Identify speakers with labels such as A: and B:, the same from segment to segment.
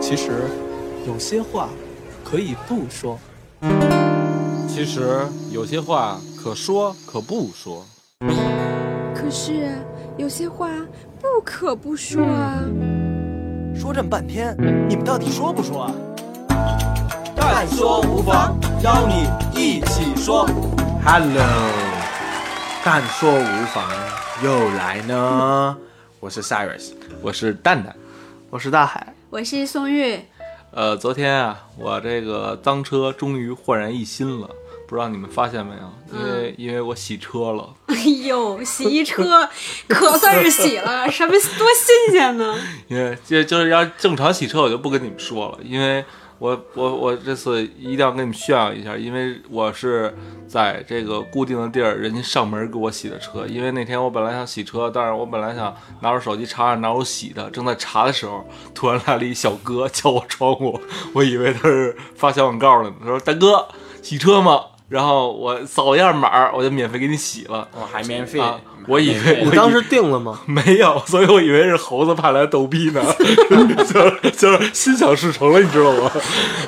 A: 其实，有些话可以不说。
B: 其实有些话可说可不说。
C: 可是
D: 啊
C: 有些话不可不说啊。
D: 嗯
E: 说这么半天，你们到底说不说啊？
F: 但说无妨，邀你一起说。
G: Hello，但说无妨又来 呢。我是 Cyrus，
B: 我是蛋蛋，
H: 我是大海，
D: 我是宋玉。
B: 呃，昨天啊，我这个脏车终于焕然一新了。不知道你们发现没有？因为、因为我洗车了，
D: 哎呦，洗衣 车可算是洗 了，什么多新鲜呢？
B: 因为就就是要正常洗车，我就不跟你们说了，因为我我我这次一定要跟你们炫耀一下，因为我是在这个固定的地儿，人家上门给我洗的车。因为那天我本来想洗车，但是我本来想拿出手机查查哪有洗的，正在查的时候，突然来了一小哥敲我窗户，我以为他是发小广告呢，他说大哥洗车吗？然后我扫一下码儿，我就免费给你洗了。
G: 我还免费
B: 啊，我以为
H: 你
B: 我以
H: 当时定了吗？
B: 没有，所以我以为是猴子派来逗 逼呢，就是就是心想事成了，你知道吗？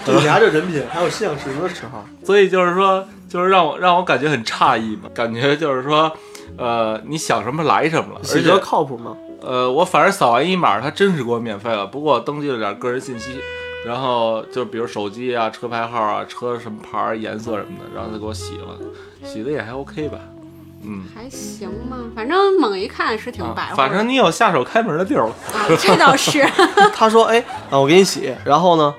H: 你拿着人品，还有心想事成的时候，
B: 所以就是说，就是让我让我感觉很诧异嘛，感觉就是说，呃，你想什么来什么了，而
H: 洗车
B: 且
H: 靠谱吗？
B: 呃，我反正扫完一码，他真是给我免费了，不过我登记了点个人信息。然后就比如手机啊、车牌号啊、车什么牌儿、颜色什么的，然后他给我洗了，洗的也还 OK 吧，嗯，
D: 还行吧，反正猛一看是挺白
B: 啊
D: 活的、
B: 反正你有下手开门的地儿了。
D: 啊， 这倒 是。
H: 他说：“哎，啊，我给你洗。”然后呢，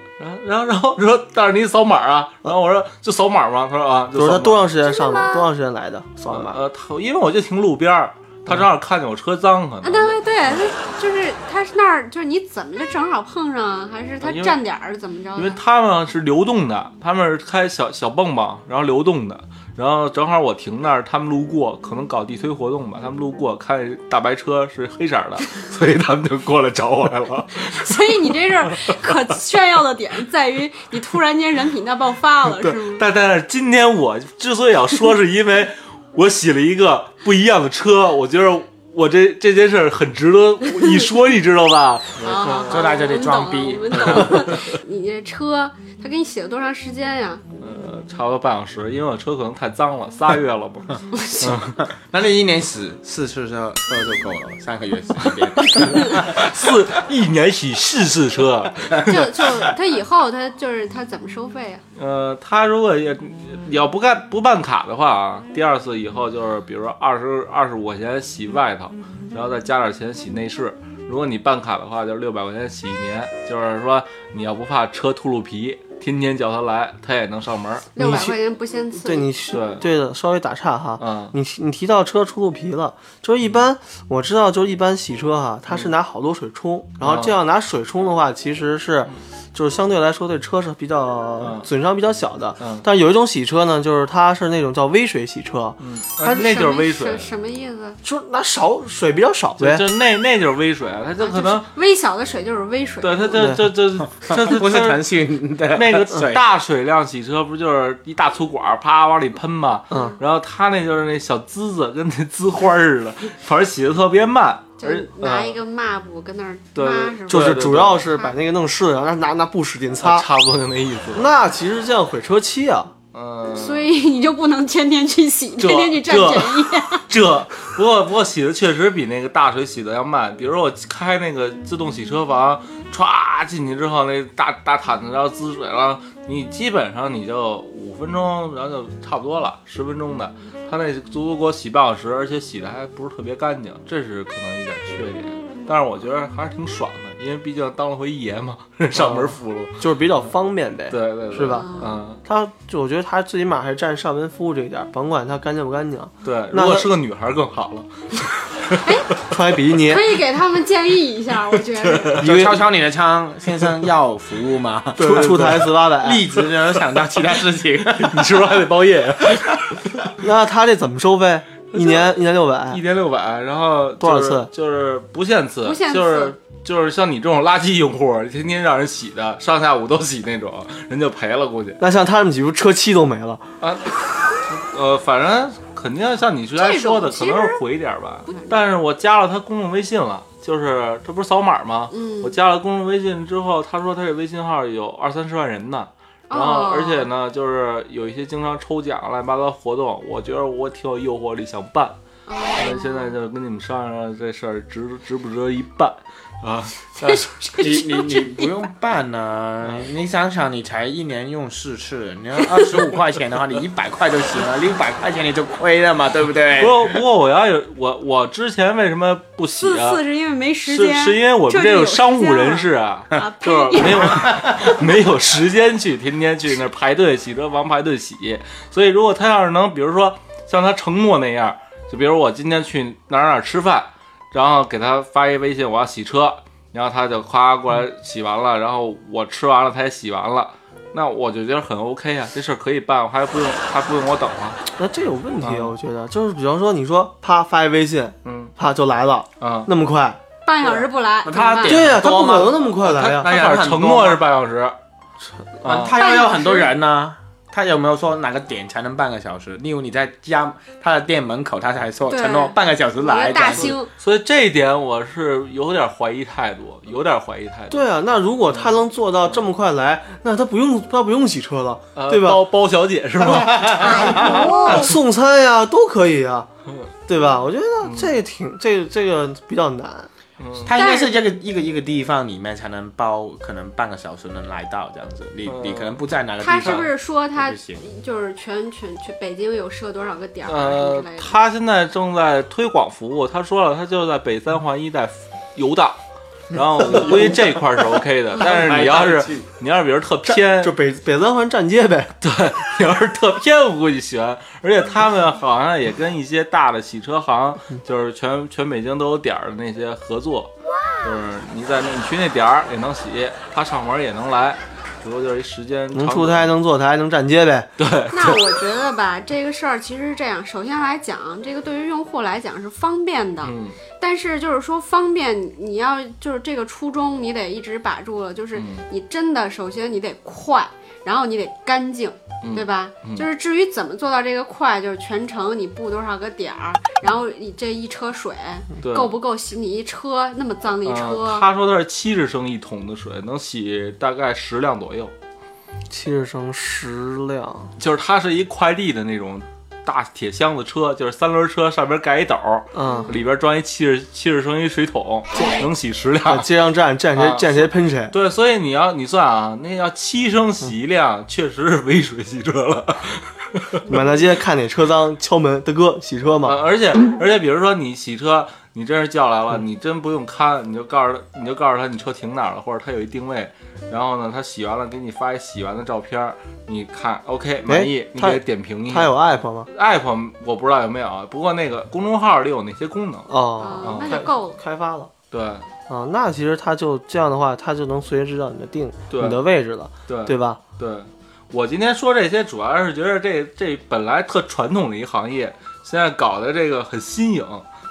B: 然后然后然后他说，但是你扫码啊，然后我说就扫码吗？他说啊，
H: 就是
B: 扫
H: 他
B: 码
H: 多长时间上的，多长时间来的，扫完码。
B: 呃，他因为我就停路边儿，他正好看见我车脏，可
D: 啊，
B: 能
D: 对对，他就是他是那儿，就是你怎么就正好碰上，啊还是他
B: 啊因为
D: 站点儿怎么着的？
B: 因为他们是流动的，他们是开小小蹦蹦，然后流动的，然后正好我停那儿，他们路过，可能搞地推活动吧，他们路过看见大白车是黑色儿的， 所以他们就过来找我来了。
D: 所以你这事儿可炫耀的点在于你突然间人品大爆发了，是
B: 对
D: 吗，？
B: 但但是今天我之所以要说，是因为我洗了一个不一样的车，我觉得我这这件事儿很值得一说，你知道吧？
D: 啊，
G: 就在这里装逼
D: 我们懂了。我们懂了你这车他给你洗了多长时间呀？
B: 呃，差不多半小时，因为我车可能太脏了，仨月了吧。
G: 那你一年洗四次车车就够了，三个月洗一遍。
B: 四一年洗四次车。
D: 就就他以后他就是他怎么收费啊？
B: 呃，他如果也要不干不办卡的话啊，第二次以后就是，比如说二十二十五块钱洗外头，然后再加点钱洗内饰。如果你办卡的话，就是六百块钱洗一年。就是说，你要不怕车秃噜皮，天天叫他来，他也能上门。
D: 六百
H: 去
D: 块钱不嫌次。
H: 对你
B: 对
H: 对的，稍微打岔哈。
B: 嗯，
H: 你你提到车出肚皮了，就是一般我知道，就是一般洗车哈，它
B: 嗯
H: 是拿好多水冲，然后这样拿水冲的话，其实是就是相对来说对车是比较
B: 嗯
H: 损伤比较小的
B: 嗯。
H: 但有一种洗车呢，就是它是那种叫微水洗车，
B: 啊那就是微
D: 什
B: 水
D: 么，什么意思？
H: 就是拿少水比较少
B: 就
H: 呗。
B: 就那那就是微水，他就可能
D: 啊就是微小的水就是微水。
B: 对他就就就就就
G: 不是腾讯的
B: 那个
G: 水，
B: 大水量洗车不就是一大粗管儿啪往里喷嘛？
H: 嗯，
B: 然后他那就是那小滋子跟那滋花儿似的，反正洗的特别慢，
D: 就
B: 而呃
D: 是拿一
B: 个、
D: 个抹布跟那儿
B: 对
D: 抹是吧？
H: 就是主要是
D: 对
H: 把那个弄湿了，然后拿拿拿布使劲
B: 呃
H: 擦。
B: 差不多就那意思吧。
H: 那其实这样毁车漆啊，
B: 嗯，
D: 所以你就不能天天去洗，
B: 这
D: 天天去占便宜。
B: 这不过不过洗的确实比那个大水洗的要慢。比如说我开那个自动洗车房，歘进去之后，那大大毯子然后滋水了，你基本上你就五分钟，然后就差不多了，十分钟的。他那足足给我洗半小时，而且洗的还不是特别干净，这是可能一点缺点。但是我觉得还是挺爽的，因为毕竟当了回爷嘛， 上门服务。
H: 就是比较方便呗。
B: 对对对，
H: 哦是吧？
B: 嗯，
H: 他就我觉得他最起码还是占上门服务这一点儿，甭管他干净不干净，
B: 对。
H: 那
B: 如果
H: 他
B: 是个女孩更好了。
H: 穿比基尼
D: 可以给他们建议一下，我觉得。
G: 就敲敲你的枪，先生要服务 吗？
H: 出出台 S 八百，
G: 立即就能想到其他事情。
B: 你是不是还得包夜呀？
H: 那他这怎么收费？一年一年六百
B: 一，天六百，然后
H: 啊多少
B: 就是
H: 次
B: 就是不限次，
D: 不限次
B: 就是就是像你这种垃圾用户，天天让人洗的，上下午都洗那种，人就赔了估计
H: 那像他们几乎车漆都没了，
B: 啊。呃，反正肯定像你之前说的，
D: 这
B: 可
D: 种
B: 能
D: 其
B: 是
D: 实
B: 回一点吧。
H: 嗯
B: 但是我加了他公众微信了，就是这不是扫码吗？
D: 嗯
B: 我加了公众微信之后，他说他这微信号有二三十万人呢。然后，
D: 哦
B: 而且呢，就是有一些经常抽奖乱七八糟活动，我觉得我挺有诱惑力，想办。
D: 哎
B: 呃，现在就跟你们商量商量这事儿值值不值得一办啊？但是
G: 你你你不用办呢、你想想，你才一年用四次，你要二十五块钱的话，你一百块就行了，六百块钱你就亏了嘛，对不对
B: 不？过不过我要有我我之前为什么不洗
D: 四
B: 啊？
D: 次是因为没时
B: 是
D: 间，
B: 是因为我们
D: 这
B: 种
D: 有
B: 商务
D: 时间了
B: 人士啊，
D: 啊，呸
B: 就是没有 没有时间去天天去那儿排队洗车房排队洗，所以如果他要是能，比如说像他承诺那样，就比如我今天去哪儿哪儿吃饭，然后给他发一微信我要洗车，然后他就夸过来洗完了，然后我吃完了他也洗完了，那我就觉得很 OK 啊，这事儿可以办，我还不用还不用我等啊，
H: 那这有问题啊，我觉得就是比方说你说啪发一微信，
B: 嗯
H: 啪就来了，
B: 啊。
H: 那么快？
D: 半小时不来，怎
G: 那
D: 么
G: 他
D: 办
G: 点
H: 对呀、他
G: 多
H: 不
G: 吗
H: 可能那么快来呀、
G: 他
B: 他反正承诺是半小时，
G: 啊
B: 啊，
G: 他要有很多人呢、他有没有说哪个点才能半个小时？例如你在家他的店门口，他才说
D: 对
G: 承诺半个小时
D: 一个
G: 来。
D: 大
G: 这样子
D: 兴，
B: 所以这一点我是有点怀疑态度，有点怀疑态度。
H: 对啊，那如果他能做到这么快来，那他不用他不用洗车了，
B: 呃
H: 对吧？啊
B: 包包小姐是吗？
H: 送餐呀、都可以啊，对吧？我觉得这挺这这个比较难。
G: 他应该是这个一个一个地方里面才能包，可能半个小时能来到这样子。你
B: 嗯
G: 你可能不在哪个地
D: 他
G: 方，
D: 是不是说他
G: 不行
D: 就是全全全北京有设多少个点儿啊什么
B: 呃
D: 之类，的？
B: 他现在正在推广服务，他说了，他就在北三环一带 游荡。然后我估计这块儿是 OK 的，但是你要是你要是比如特偏，
H: 就北北三环站街呗，
B: 你要是特偏，我估计悬。而且他们好像也跟一些大的洗车行，
H: 嗯
B: 就是全全北京都有点儿的那些合作，就是你在那你去那点儿也能洗，他上门也能来，只不过就是一时间
H: 能
B: 长
H: 出差能坐台能站街呗。
D: 那我觉得吧，这个事儿其实是这样。首先来讲，这个对于用户来讲是方便的，
B: 嗯
D: 但是就是说方便，你要就是这个初衷，你得一直把住了。就是你真的，首先你得快，然后你得干净，对吧？就是至于怎么做到这个快，就是全程你布多少个点儿，然后你这一车水
B: 对
D: 够不够洗你一车那么脏的一车？
B: 呃他说他是七十升一桶的水，能洗大概十辆左右，
H: 七十升十辆，
B: 就是它是一快递的那种大铁箱子车，就是三轮车上边盖一斗，
H: 嗯，
B: 里边装一七十七十升一水桶，能洗十
H: 在
B: 辆。
H: 街上站站谁
B: 啊
H: 站谁喷谁。
B: 对，所以你要你算啊，那要七升洗一辆，确实是微水洗车 了。
H: 满大街看哪车脏敲门，大哥洗车吗？
B: 啊，而且而且，比如说你洗车，你真是叫来了，你真不用看，你就告诉他，你就告诉他你车停哪儿了，或者他有一定位，然后呢，他洗完了给你发一洗完的照片儿，你看 OK 满意，
H: 哎
B: 你
H: 他
B: 给点评一下。
H: 他有 app 吗？
B: app 我不知道有没有啊，不过那个公众号里有那些功能，
H: 哦，
D: 啊
B: 啊，
D: 那就够了。
H: 开发了。
B: 对
H: 啊，那其实他就这样的话，他就能随时知道你的定
B: 对
H: 你的位置了，
B: 对
H: 对吧？
B: 对，我今天说这些，主要是觉得这这本来特传统的一行业，现在搞得这个很新颖，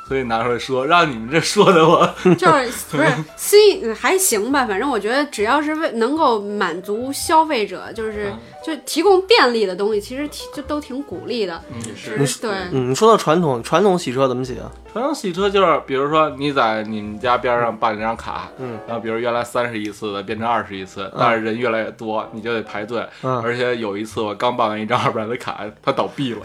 B: 所以拿出来说，让你们这说的我
D: 就是不是 C 嗯还行吧，反正我觉得只要是为能够满足消费者，就是就提供便利的东西，其实提就都挺鼓励的。嗯，是，对，
H: 嗯，说到传统，传统洗车怎么洗啊？
B: 传统洗车就是，比如说你在你们家边上办了一张卡，
H: 嗯，
B: 然后比如原来三十一次的变成二十一次，但是人越来越多，你就得排队。
H: 嗯
B: 而且有一次我刚办完一张二百的卡，它倒闭了。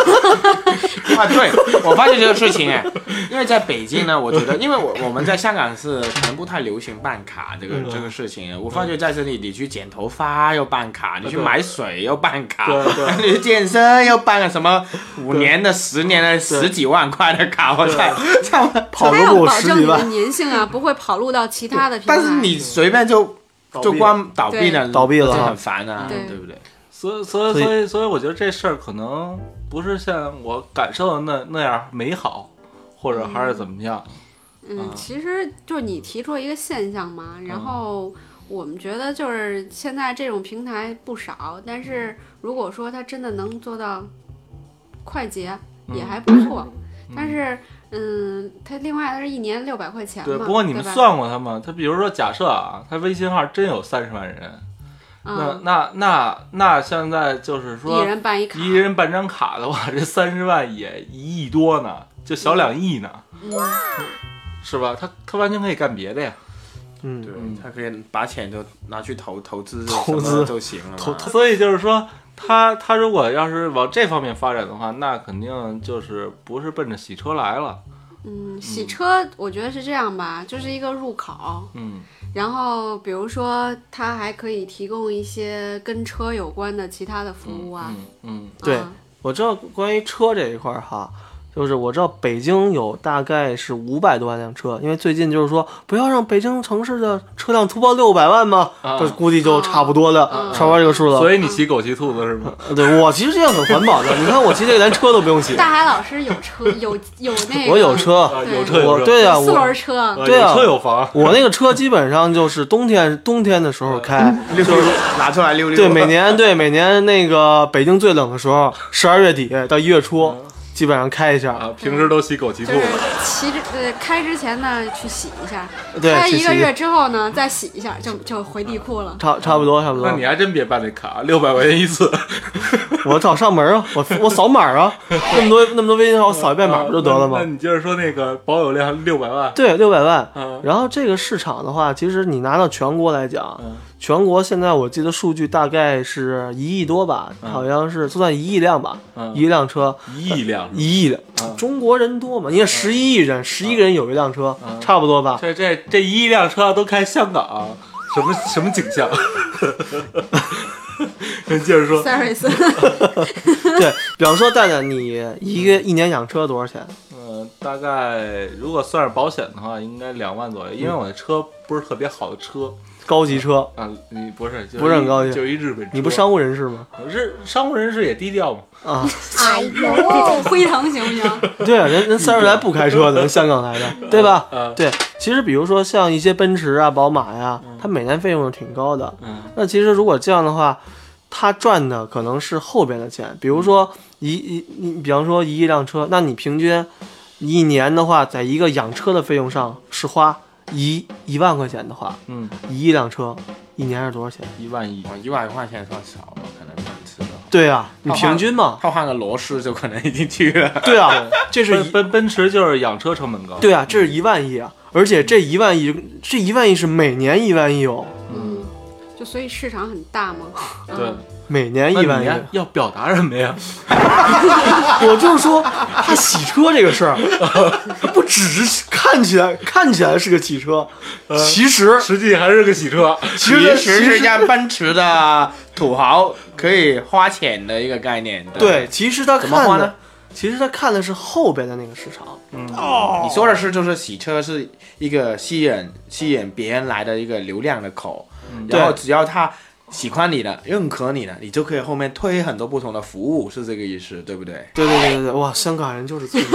G: 啊，对，我发现这个事情哎，因为在北京呢，我觉得，因为我我们在香港是可能不太流行办卡
H: 嗯
G: 这个、这个事情，我发觉在这里，你去剪头发要办卡，你去买水要办卡，
B: 对对
G: 你去健身要办个什么五年的、十年的、十几万块的卡，我操，操！
H: 跑
D: 还
H: 个
D: 要
H: 步
D: 保
H: 十
D: 证
H: 几
D: 你的
H: 万，
D: 粘性啊，不会跑路到其他的平台。啊
G: 但是你随便就就光倒闭了，
H: 倒闭了
G: 就很烦啊，
D: 对
G: 对不对？
B: 所以所以
H: 所以
B: 所以所以，我觉得这事儿可能不是像我感受的那那样美好，或者还是怎么样。啊
D: 嗯，其实就是你提出了一个现象嘛，然后我们觉得就是现在这种平台不少，但
B: 嗯
D: 是如果说它真的能做到快捷，
B: 嗯
D: 也还不错。但是，嗯，它另外它是一年六百块钱嘛，
B: 对，不过你们
D: 对吧
B: 算过他吗？他比如说，假设啊，他微信号真有三十万人，那
D: 嗯，
B: 那那那现在就是说
D: 一，人办一卡，
B: 一人办张卡的话，这三十万也一亿多呢，就小两亿呢，
D: 嗯
B: 是吧？他他完全可以干别的呀。
H: 嗯，
G: 对
B: 嗯
G: 他可以把钱都拿去投投资，
H: 投资
G: 就行了嘛。
H: 投投
B: 所以就是说，他他如果要是往这方面发展的话，那肯定就是不是奔着洗车来了。
D: 嗯，洗车我觉得是这样吧，就是一个入口，
B: 嗯
D: 然后比如说它还可以提供一些跟车有关的其他的服务啊，
B: 嗯嗯
H: 对
D: 啊
H: 我知道关于车这一块儿哈，就是我知道北京有大概是五百多万辆车，因为最近就是说不要让北京城市的车辆突破六百万嘛，
B: 啊
H: 这估计就差不多了，差不多这个数了。
B: 所以你骑狗骑兔子是 吗？
H: 对我其实这样很环保 的，你看我骑这个连车都不用骑，
D: 大海老师有车，有有那个，
H: 我有，车，
B: 啊，
D: 对
B: 有车有
H: 我
B: 车，
H: 对呀、
D: 四轮
H: 我
D: 车，
B: 啊
H: 对啊
B: 有车有房。
H: 我那个车基本上就是冬天冬天的时候开，
B: 嗯
G: 就是拿出来溜溜。
H: 对，每年对每年那个北京最冷的时候，十二月底到一月初，基本上开一下，
B: 嗯啊，平时都骑狗骑兔
D: 就是
B: 子，
D: 骑着呃开之前呢去洗一下，
H: 对
D: 开
H: 去
D: 一个
H: 洗
D: 月之后呢再洗一下，就就回地库了。
H: 差差不多差不多
B: 那。你还真别办那卡，六百块钱 一次，
H: 我找上门啊，我我扫码啊，那么多那么多微信号，我扫一遍码不就得了
B: 那
H: 吗？
B: 你接着说那个保有量六百万，
H: 对，六百万。
B: 嗯
H: 然后这个市场的话，其实你拿到全国来讲，
B: 嗯
H: 全国现在我记得数据大概是一亿多吧，好像是就算一亿辆吧，
B: 嗯
H: 一亿辆车，
B: 一亿辆，
H: 一亿辆。中国人多嘛？你看十一亿人，十一个人有一辆车，
B: 嗯
H: 差不多吧？
B: 这这这一辆车都开香港，什么什么景象？ 人接
H: 嗯
B: 着说，
D: Service，
H: 对，比方说蛋蛋，你一个一年养车多少钱？
B: 呃，大概如果算是保险的话，应该两万左右，因为我的车不是特别好的车
H: 高级车，
B: 啊，你不是就
H: 不是很
B: 一
H: 高级
B: 就是一日本车，
H: 你不商务人士吗？
B: 日商务人士也低调嘛，
H: 啊，
D: 哎呦， 辉腾行不行？
H: 对啊，人人三十来不开车的， 人香港来的，对吧？
B: 嗯
H: 对，其实比如说像一些奔驰啊、宝马呀、它每年费用是挺高的。
B: 嗯
H: 那其实如果这样的话，他赚的可能是后边的钱，比如说一一你比方说一亿辆车，那你平均一年的话，在一个养车的费用上是花一一万块钱的话，
B: 嗯，
H: 一亿辆车一年是多少钱？
B: 一万一，
G: 哇一万块钱算少了，可能奔驰的话。
H: 对啊，你
G: 好吧
H: 平均嘛。
G: 他换个螺丝就可能已经去了。
H: 对啊，这是
B: 奔
H: 一
B: 奔奔驰就是养车成本高，
H: 对啊，这是一万亿啊，而且这一万亿，这一万亿是每年一万亿哦。
D: 嗯，就所以市场很大 嘛。嗯
B: 对，
H: 每年
B: 那
H: 一
B: 你
H: 万亿，
B: 要要表达什么呀？
H: 我就是说他洗车这个事儿，不只是看起来看起来是个洗车，其实
B: 实际还是个洗车，
H: 其实
G: 其实是家奔驰的土豪可以花钱的一个概念。
H: 对，，其实他
G: 怎么花
H: 看
G: 呢
H: 的，其实他看的是后边的那个市场，哦
G: 你说的是就是洗车是一个吸引吸引别人来的一个流量的口，然后
H: 嗯对
G: 只要他喜欢你了、认可你了，你就可以后面推很多不同的服务，是这个意思，对不对？
H: 对对对对对，哇，香港人就是聪明，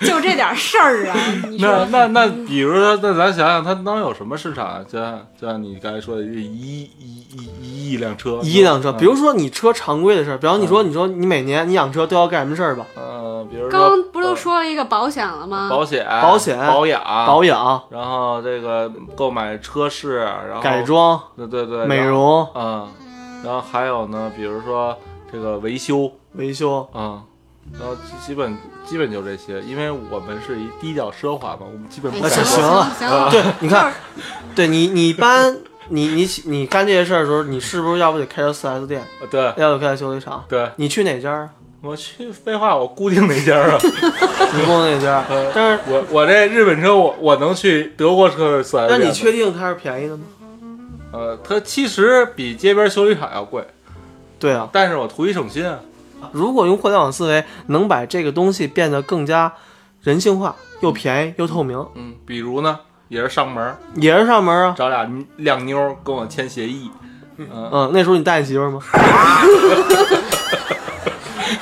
D: 就这点事儿啊， 你
B: 那
D: 说
B: 那那，比如说，那咱想想，它能有什么市场啊？就像就像你刚才说的，这一一一一亿辆车，
H: 一亿辆车，
B: 嗯
H: 比如说你车常规的事儿，比方你说你说你每年你养车都要干什么事儿吧？
B: 呃，比如说呃
D: 刚刚不就说了一个保险了吗？
B: 保险、
H: 保险
B: 保养、
H: 保养、
B: 然后这个购买车饰，然后
H: 改，装、
B: 对对哦对，
H: 美
B: 然后，
H: 容、
B: 嗯，然后还有呢，比如说这个维修，
H: 维修，
B: 嗯，然后基基本基本就这些，因为我们是一低调奢华嘛，我们基本不
D: 哎
H: 行
B: 敢
D: 行
B: 说。
H: 了啊
D: 行了，
H: 对， 你看
D: 就。是
H: 对你，你一般你你你干这些事儿的时候，你是不是要不得开到 4S 店，
B: 对
H: 要不开到修理厂？
B: 对，
H: 你去哪家啊？
B: 我去，废话，我固定哪家啊？呃
H: 你逛哪家？ 但是，
B: 我我这日本车我我能去德国车的四 S
H: 那
B: 店吗？
H: 你确定它是便宜的吗？
B: 呃，它其实比街边修理厂要贵，
H: 对啊，
B: 但是我图一省心啊。
H: 如果用互联网思维，能把这个东西变得更加人性化，又便宜又透明，
B: 嗯，比如呢，也是上门儿
H: 也是上门啊。
B: 找俩靓妞儿跟我签协议。呃
H: 嗯，那时候你带你媳妇儿吗？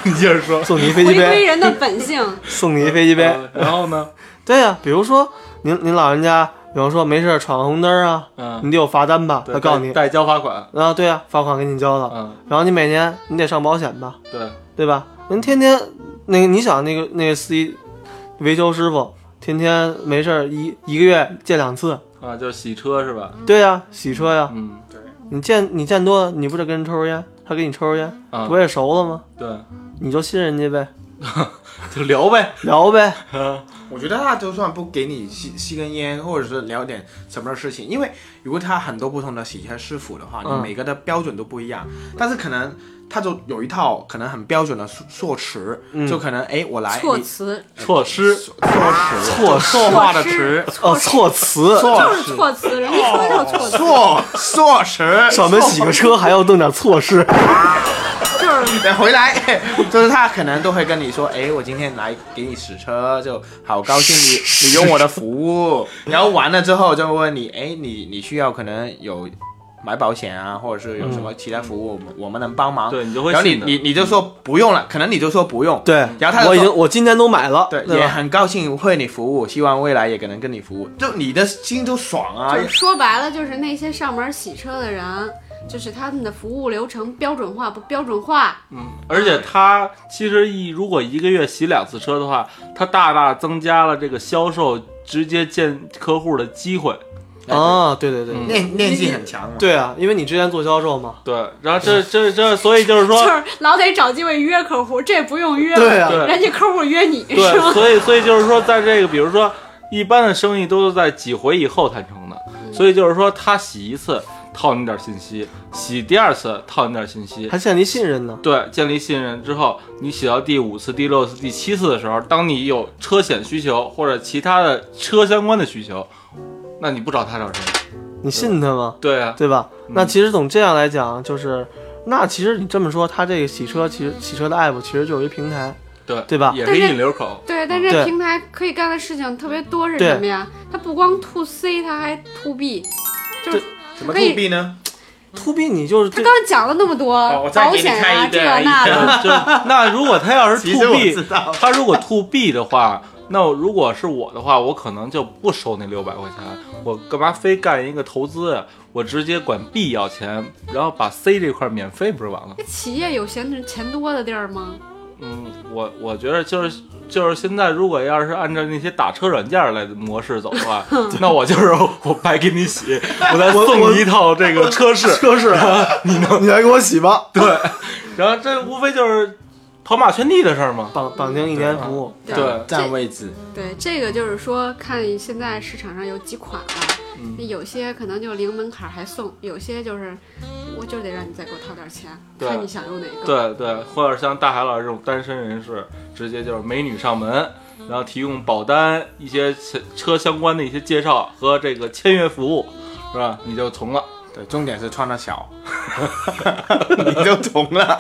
B: 你接着说。
H: 送你一飞
D: 回
H: 机
D: 归
H: 杯，
D: 人的本性，
H: 送你一飞机杯。
B: 呃然后呢？
H: 对呀、比如说您您老人家，比方说没事儿闯个红灯儿啊，你
B: 嗯，
H: 得有罚单吧？他
B: 对
H: 告诉你
B: 代代交罚款。
H: 啊，对啊，罚款给你交了，
B: 嗯，
H: 然后你每年你得上保险吧？
B: 对，
H: 对吧？人天天那个，你想那个那个司机维修师傅，天天没事儿一一个月见两次，
B: 啊，就洗车是吧？
H: 对呀、洗车呀、
B: 嗯，
H: 你你见你见多了，你不得跟人抽抽烟，他给你抽抽烟，
B: 啊
H: 不，也熟了吗？
B: 对，
H: 你就信人家呗，
B: 就聊呗，
H: 聊呗。
G: 我觉得他就算不给你吸吸根烟，或者是聊点什么事情，因为如果他很多不同的洗车师傅的话，
H: 嗯
G: 你每个的标准都不一样，但是可能他就有一套可能很标准的措措辞，
H: 嗯
G: 就可能哎我来
D: 措
G: 你
D: 辞，
B: 措施
G: 措辞
H: 措
G: 说话的词，
H: 哦，措辞，
D: 就是措辞，
H: 哎
D: 人一说 就是措辞，
G: 措措辞，
H: 少门洗个车还要弄点措施。
D: 就是
G: 得回来， 就是他可能都会跟你说，哎，我今天来给你洗车，就好高兴你你用我的服务，然后完了之后就问你，哎，你你需要可能有买保险啊，或者是有什么其他服务，我们能帮忙，
B: 对你就会
G: 然后你
B: 信的
G: 你你就说不用了，可能你就说不用，
H: 对，
G: 然后他就
H: 我已
G: 说
H: 经我今天都买了，
G: 对，
H: 对
G: 也
H: 吧？
G: 很高兴为你服务，希望未来也可能跟你服务，就你的心就爽啊，
D: 就是说白了，就是那些上门洗车的人，就是他们的服务流程标准化不标准化？
B: 而且他其实一如果一个月洗两次车的话，他大大增加了这个销售直接见客户的机会。
H: 啊，对对对，
G: 哎念念性很强嘛，
H: 对啊，因为你之前做销售嘛。
B: 对，然后这这这，所以就是
D: 就
B: 说，
D: 是老得找机会约客户，这不用约，
H: 对啊
D: 人家客户约你是
B: 对，
D: 吗？
B: 所以所以就是说，在这个比如说一般的生意都是在几回以后谈成的，所以就是说他洗一次套你点信息，洗第二次套你点信息，
H: 还建立信任呢。
B: 对，建立信任之后，你写到第五次、第六次、第七次的时候，当你有车险需求或者其他的车相关的需求，那你不找他找谁？
H: 你信他吗？
B: 对啊，
H: 对吧？那其实从这样来讲，就是那其实你这么说，他这个洗车其实洗车的 app 其实就是一平台，
B: 对
H: 对吧
B: 也是
D: 但
B: 一
D: 是
B: 引流口，
D: 对，但
H: 对
D: 这平台可以干的事情特别多，是
H: 对
D: 什么呀？它不光 to C，它还 to B，就是
G: 什么
D: 可以
G: to B 呢？
H: to B 你就是
D: 他
H: 这
D: 刚刚讲了那么多
G: 哦我再
D: 保
G: 给你
D: 险
G: 开
D: 啊，
G: 一
D: 这
G: 遍
D: 个
G: 而已
D: 那的，
B: 就那如果他要是
G: 其实
B: to
G: 我
B: B，
G: 知道
B: 他如果 to B 的话，那我如果是我的话，我可能就不收那六百块钱，我干嘛非干一个投资啊？我直接管 B 要钱，然后把 C 这块免费不是完了？
D: 企业有嫌钱多的地儿吗？
B: 嗯，我我觉得就是就是现在，如果要是按照那些打车软件儿来的模式走的话，那我就是 我白给你 洗，我再送你一套这个 车饰，
H: 车是， 你能你来给我洗吧，
B: 对，然后这无非就是跑马圈地的事儿嘛。
H: 绑绑定一年服务，
D: 对
B: 对
G: 占位置，
D: 对，这个就是说，看现在市场上有几款了，
B: 嗯
D: 那有些可能就零门槛还送，有些就是我就得让你再给我掏点钱，
B: 对
D: 看你想用哪个。
B: 对对，或者像大海老师这种单身人士，直接就是美女上门，然后提供保单、一些车车相关的一些介绍和这个签约服务，是吧？你就从了。
G: 对，重点是穿 的小，你就懂了。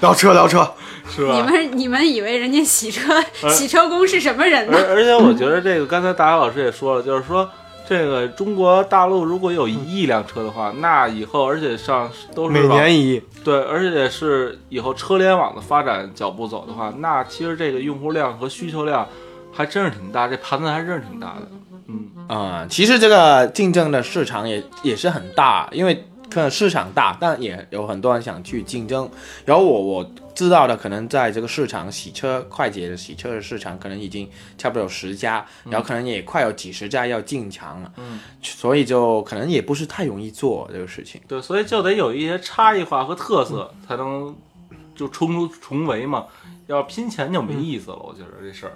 H: 聊车聊车，
B: 是吧
D: 你们你们以为人家洗车、
B: 呃
D: 洗车工是什么人呢？
B: 而而且我觉得这个，刚才大海老师也说了，就是说这个中国大陆如果有一亿辆车的话，那以后而且上都是
H: 每
B: 往
H: 年一，
B: 对，而且是以后车联网的发展脚步走的话，那其实这个用户量和需求量还真是挺大，这盘子还真是挺大的。嗯，
G: 啊、其实这个竞争的市场也也是很大，因为可能市场大，但也有很多人想去竞争。然后我我知道的，可能在这个市场洗车快捷的洗车的市场，可能已经差不多有十家，
H: 嗯
G: 然后可能也快有几十家要进场了。嗯，所以就可能也不是太容易做这个事情。
B: 对，所以就得有一些差异化和特色，才能就冲出重围嘛。要拼钱就没
D: 嗯
B: 意思了，我觉得这事儿。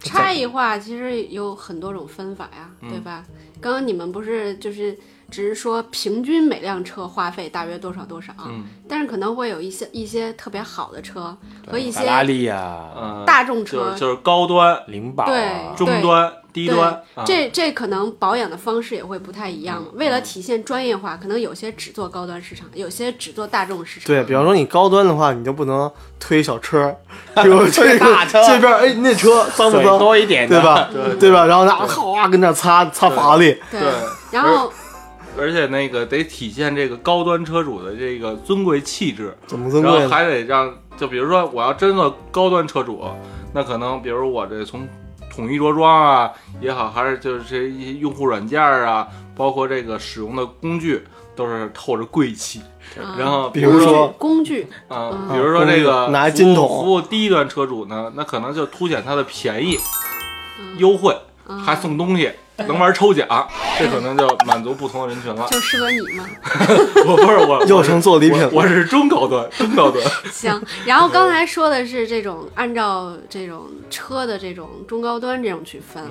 D: 差异化其实有很多种分法呀，
B: 嗯
D: 对吧？刚刚你们不是就是只是说平均每辆车花费大约多少多少，
B: 嗯
D: 但是可能会有一些一些特别好的车和一些
G: 法拉利啊，
B: 呃，
D: 大众
B: 就
D: 车，
B: 是就是高端、
G: 灵宝啊，
D: 对
B: 中端、低
D: 对
B: 端，啊嗯
D: 这这可能保养的方式也会不太一样。为了体现专业化，可能有些只做高端市场，有些只做大众市场。
H: 对，比方说你高端的话，你就不能推小车， 比如这个
G: 大车
H: 这边哎那车脏不
G: 水
H: 脏，
G: 多一点 的
H: 对？吧？对吧？然后拿哗跟那擦擦法拉利，
D: 对
B: 对
D: 然后
B: 而且那个得体现这个高端车主的这个尊贵气质，
H: 怎么尊
B: 然
H: 贵
B: 后
H: 呢？
B: 还得让，就比如说我要真的高端车主，那可能比如我这从统一着装啊也好，还是就是这一些用户软件啊，包括这个使用的工具，都是透着贵气。
D: 啊
B: 然后
H: 比如说
D: 工具，
B: 嗯，
D: 嗯
B: 比如说这个
H: 拿
B: 服务
H: 金桶
B: 服务低端车主呢，那可能就凸显它的便宜、
D: 嗯
B: 优惠，
D: 嗯
B: 还送东西，能玩抽奖，这可能就满足不同的人群了。
D: 就适合你吗？
B: 我不是我，
H: 又成做礼品
B: 我
H: 了
B: 我是中高端，中高端。
D: 行，然后刚才说的是这种按照这种车的这种中高端这种去分，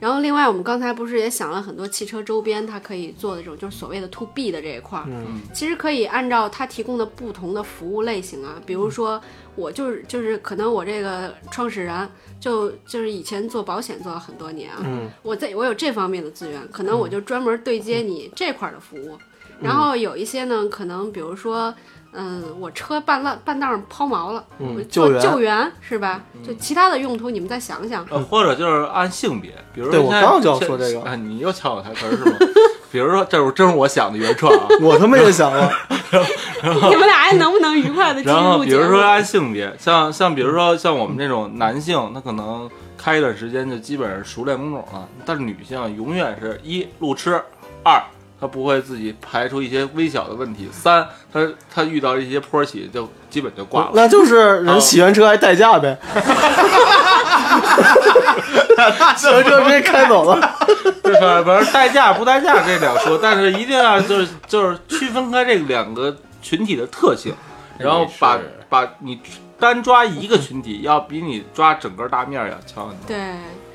D: 然后另外我们刚才不是也想了很多汽车周边它可以做的这种就是所谓的 to B 的这一块儿，
H: 嗯
D: 其实可以按照它提供的不同的服务类型啊，比如说我就是就是可能我这个创始人就就是以前做保险做了很多年啊，
H: 嗯
D: 我在我有这方面的资源，可能我就专门对接你这块儿的服务，
H: 嗯
D: 然后有一些呢可能比如说。嗯，我车半烂半道上抛锚了，
H: 嗯
D: 我
H: 救
D: 做
H: 援哦
D: 救援是吧？就其他的用途，你们再想想。
B: 呃，或者就是按性别，比如说
H: 对我
B: 现在
H: 刚就要说这个
B: 啊，你又抢我台词儿是吗？ 比如说，这是这是我想的原 创啊。
H: 我他妈也想 了，
D: 你们俩还能不能愉快的进
B: 然后
D: 入
B: 比
D: 节
B: 如
D: 目
B: 说？按性别，像像比如说像我们这种男性，他可能开一段时间就基本上熟练工种了，但是女性永远是一路痴，二她不会自己排除一些微小的问题，三她她遇到一些坡起就基本就挂了。
H: 那就是人洗完车还代驾 呗，洗完车直接开走 了。
B: 对吧？ 反正代驾不代驾这两说，但是一定要就是就是区分开这两个群体的特性，然后把
G: 也是
B: 把你单抓一个群体，要比你抓整个大面儿要强很多，
D: 对，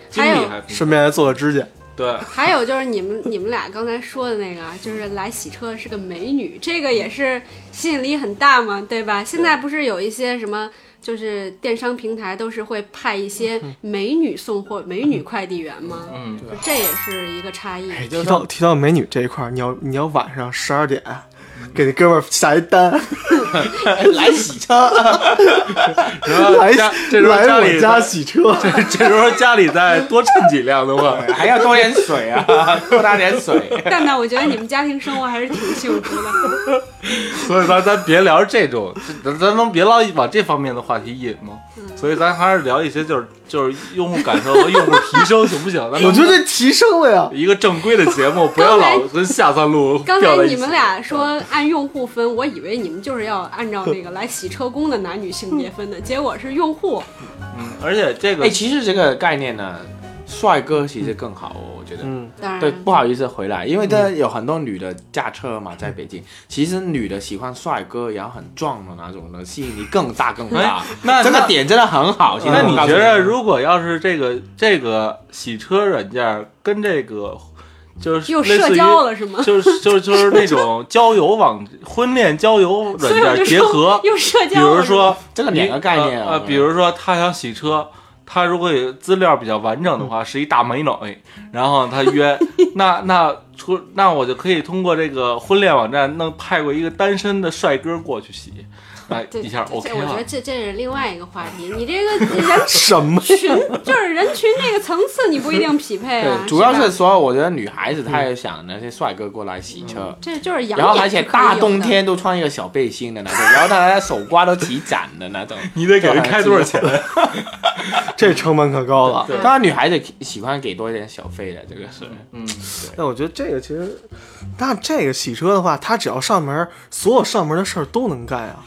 B: 精
D: 还
B: 力
D: 有
B: 还不
H: 顺便还做个指甲，
B: 对。
D: 还有就是你们你们俩刚才说的那个啊，就是来洗车是个美女，这个也是吸引力很大嘛，对吧？现在不是有一些什么，就是电商平台都是会派一些美女送货、美女快递员吗？
B: 嗯，哎
D: 这也是一个差异。
G: 也就
H: 提
G: 是
H: 到
G: 说
H: 提到美女这一块儿，你要你要晚上十二点给那哥们儿下一单，
G: 来洗车，
B: 然后
H: 来
B: 家这时候
H: 来
B: 家
H: 我
B: 里
H: 家洗车，
B: 这时候家里再多趁几辆的话，
G: 还要多点水啊， 多打点水。
D: 蛋蛋，我觉得你们家庭生活还是挺幸福的。
B: 所以咱咱别聊这种，这咱咱能别老往这方面的话题引吗？
H: 嗯
B: 所以咱还是聊一些就是就是用户感受和用户提升，行不行？咱
H: 我觉得这提升了呀。
B: 一个正规的节目，不要老跟下三路
D: 刚
B: 掉
D: 才
B: 在一
D: 你
B: 起
D: 们俩说按用户分，我以为你们就是要按照那个来洗车工的男女性别分的，结果是用户。
B: 嗯，而且这个
G: 哎，其实这个概念呢，帅哥其实更好哦，我觉得。
H: 嗯，
D: 当
G: 对，
D: 然
G: 不，好意思回来，因为这有很多女的驾车嘛，在北京，其实女的喜欢帅哥，然后很壮的那种的，吸引力更大更大。
B: 哎那
G: 这
B: 那
G: 个点真的很好。其实
B: 那你
G: 我告诉
B: 觉得，如果要是这个这个洗车软件跟这个就是
D: 又
B: 类似
D: 社
B: 于
D: 交了是吗？
B: 就是就是就是那种交友网婚恋交友
D: 所以我
B: 软
D: 就
B: 件结合
D: 说，又社
B: 比
D: 交了。
B: 如说
G: 这个两个概念
D: 啊
G: 啊
B: 呃，呃比如说他想洗车，他如果有资料比较完整的话，是一大美女，
D: 嗯
B: 然后他 约，那那除那我就可以通过这个婚恋网站弄派过一个单身的帅哥过去洗， 哎，
D: 对，
B: 一下
D: 这
B: OK
D: 这我觉
B: 了
D: 得。这这是另外一个话题。你这个人
H: 什么？
D: 群就是人群这个层次，你不一定匹配啊。
G: 对，主要是
D: 吧
G: 说，我觉得女孩子她也想那些帅哥过来洗
B: 嗯
G: 车，
D: 这就是养眼
G: 然后而且
D: 是可以有
G: 大
D: 的
G: 冬，天都穿一个小背心的那种，然后大家手瓜都起展的那种。
B: 你得给人开多少钱？
H: 这成本可高了。
G: 当然，女孩子喜欢给多一点小费的，这个是。嗯
H: 但我觉得这个其实，那这个洗车的话，他只要上门儿，所有上门儿的事儿都能 干啊，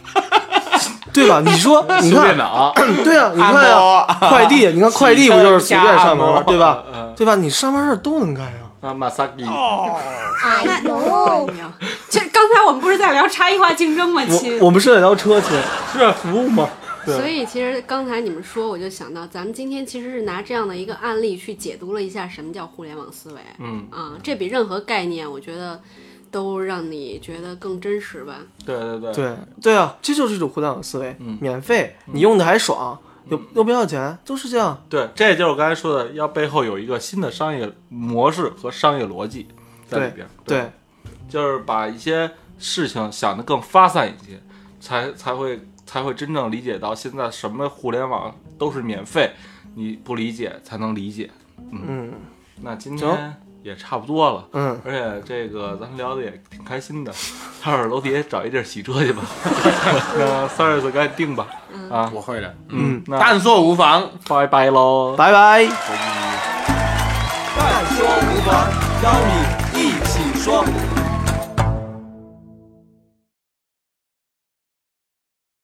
H: 对吧？你说，你
B: 修电
H: 看，
B: 脑，
H: 对啊，你看啊，快递，你看快递不就是随便上门儿，对吧？
B: 嗯
H: 对吧？你上门儿事儿都能干啊。
B: 啊，马萨基，
D: 哎呦，这刚才我们不是在聊差异化竞争吗？亲
H: 我，我们是在聊车去，是
B: 啊
H: 在服务吗？
D: 所以其实刚才你们说，我就想到，咱们今天其实是拿这样的一个案例去解读了一下什么叫互联网思维。
B: 嗯，
D: 啊，这比任何概念，我觉得都让你觉得更真实吧。
B: 对对对，
H: 对对啊，这就是一种互联网思维，
B: 嗯
H: 免费，你用的还爽，又又不要钱，都是这样。
B: 对，这就是我刚才说的，要背后有一个新的商业模式和商业逻辑在里边。
H: 对，
B: 就是把一些事情想得更发散一些，才才会才会真正理解到现在什么互联网都是免费，你不理解才能理解。
H: 嗯
B: 那今
H: 行
B: 天也差不多了。
H: 嗯，
B: 而且这个咱们聊的也挺开心的， 待会儿楼底下找一地儿洗车去吧。 那三十岁赶紧定吧，啊，
G: 我会的，
B: 嗯，那
G: 但说无妨。
B: 拜拜喽。
H: 拜拜。
F: 但说无妨，邀你一起说。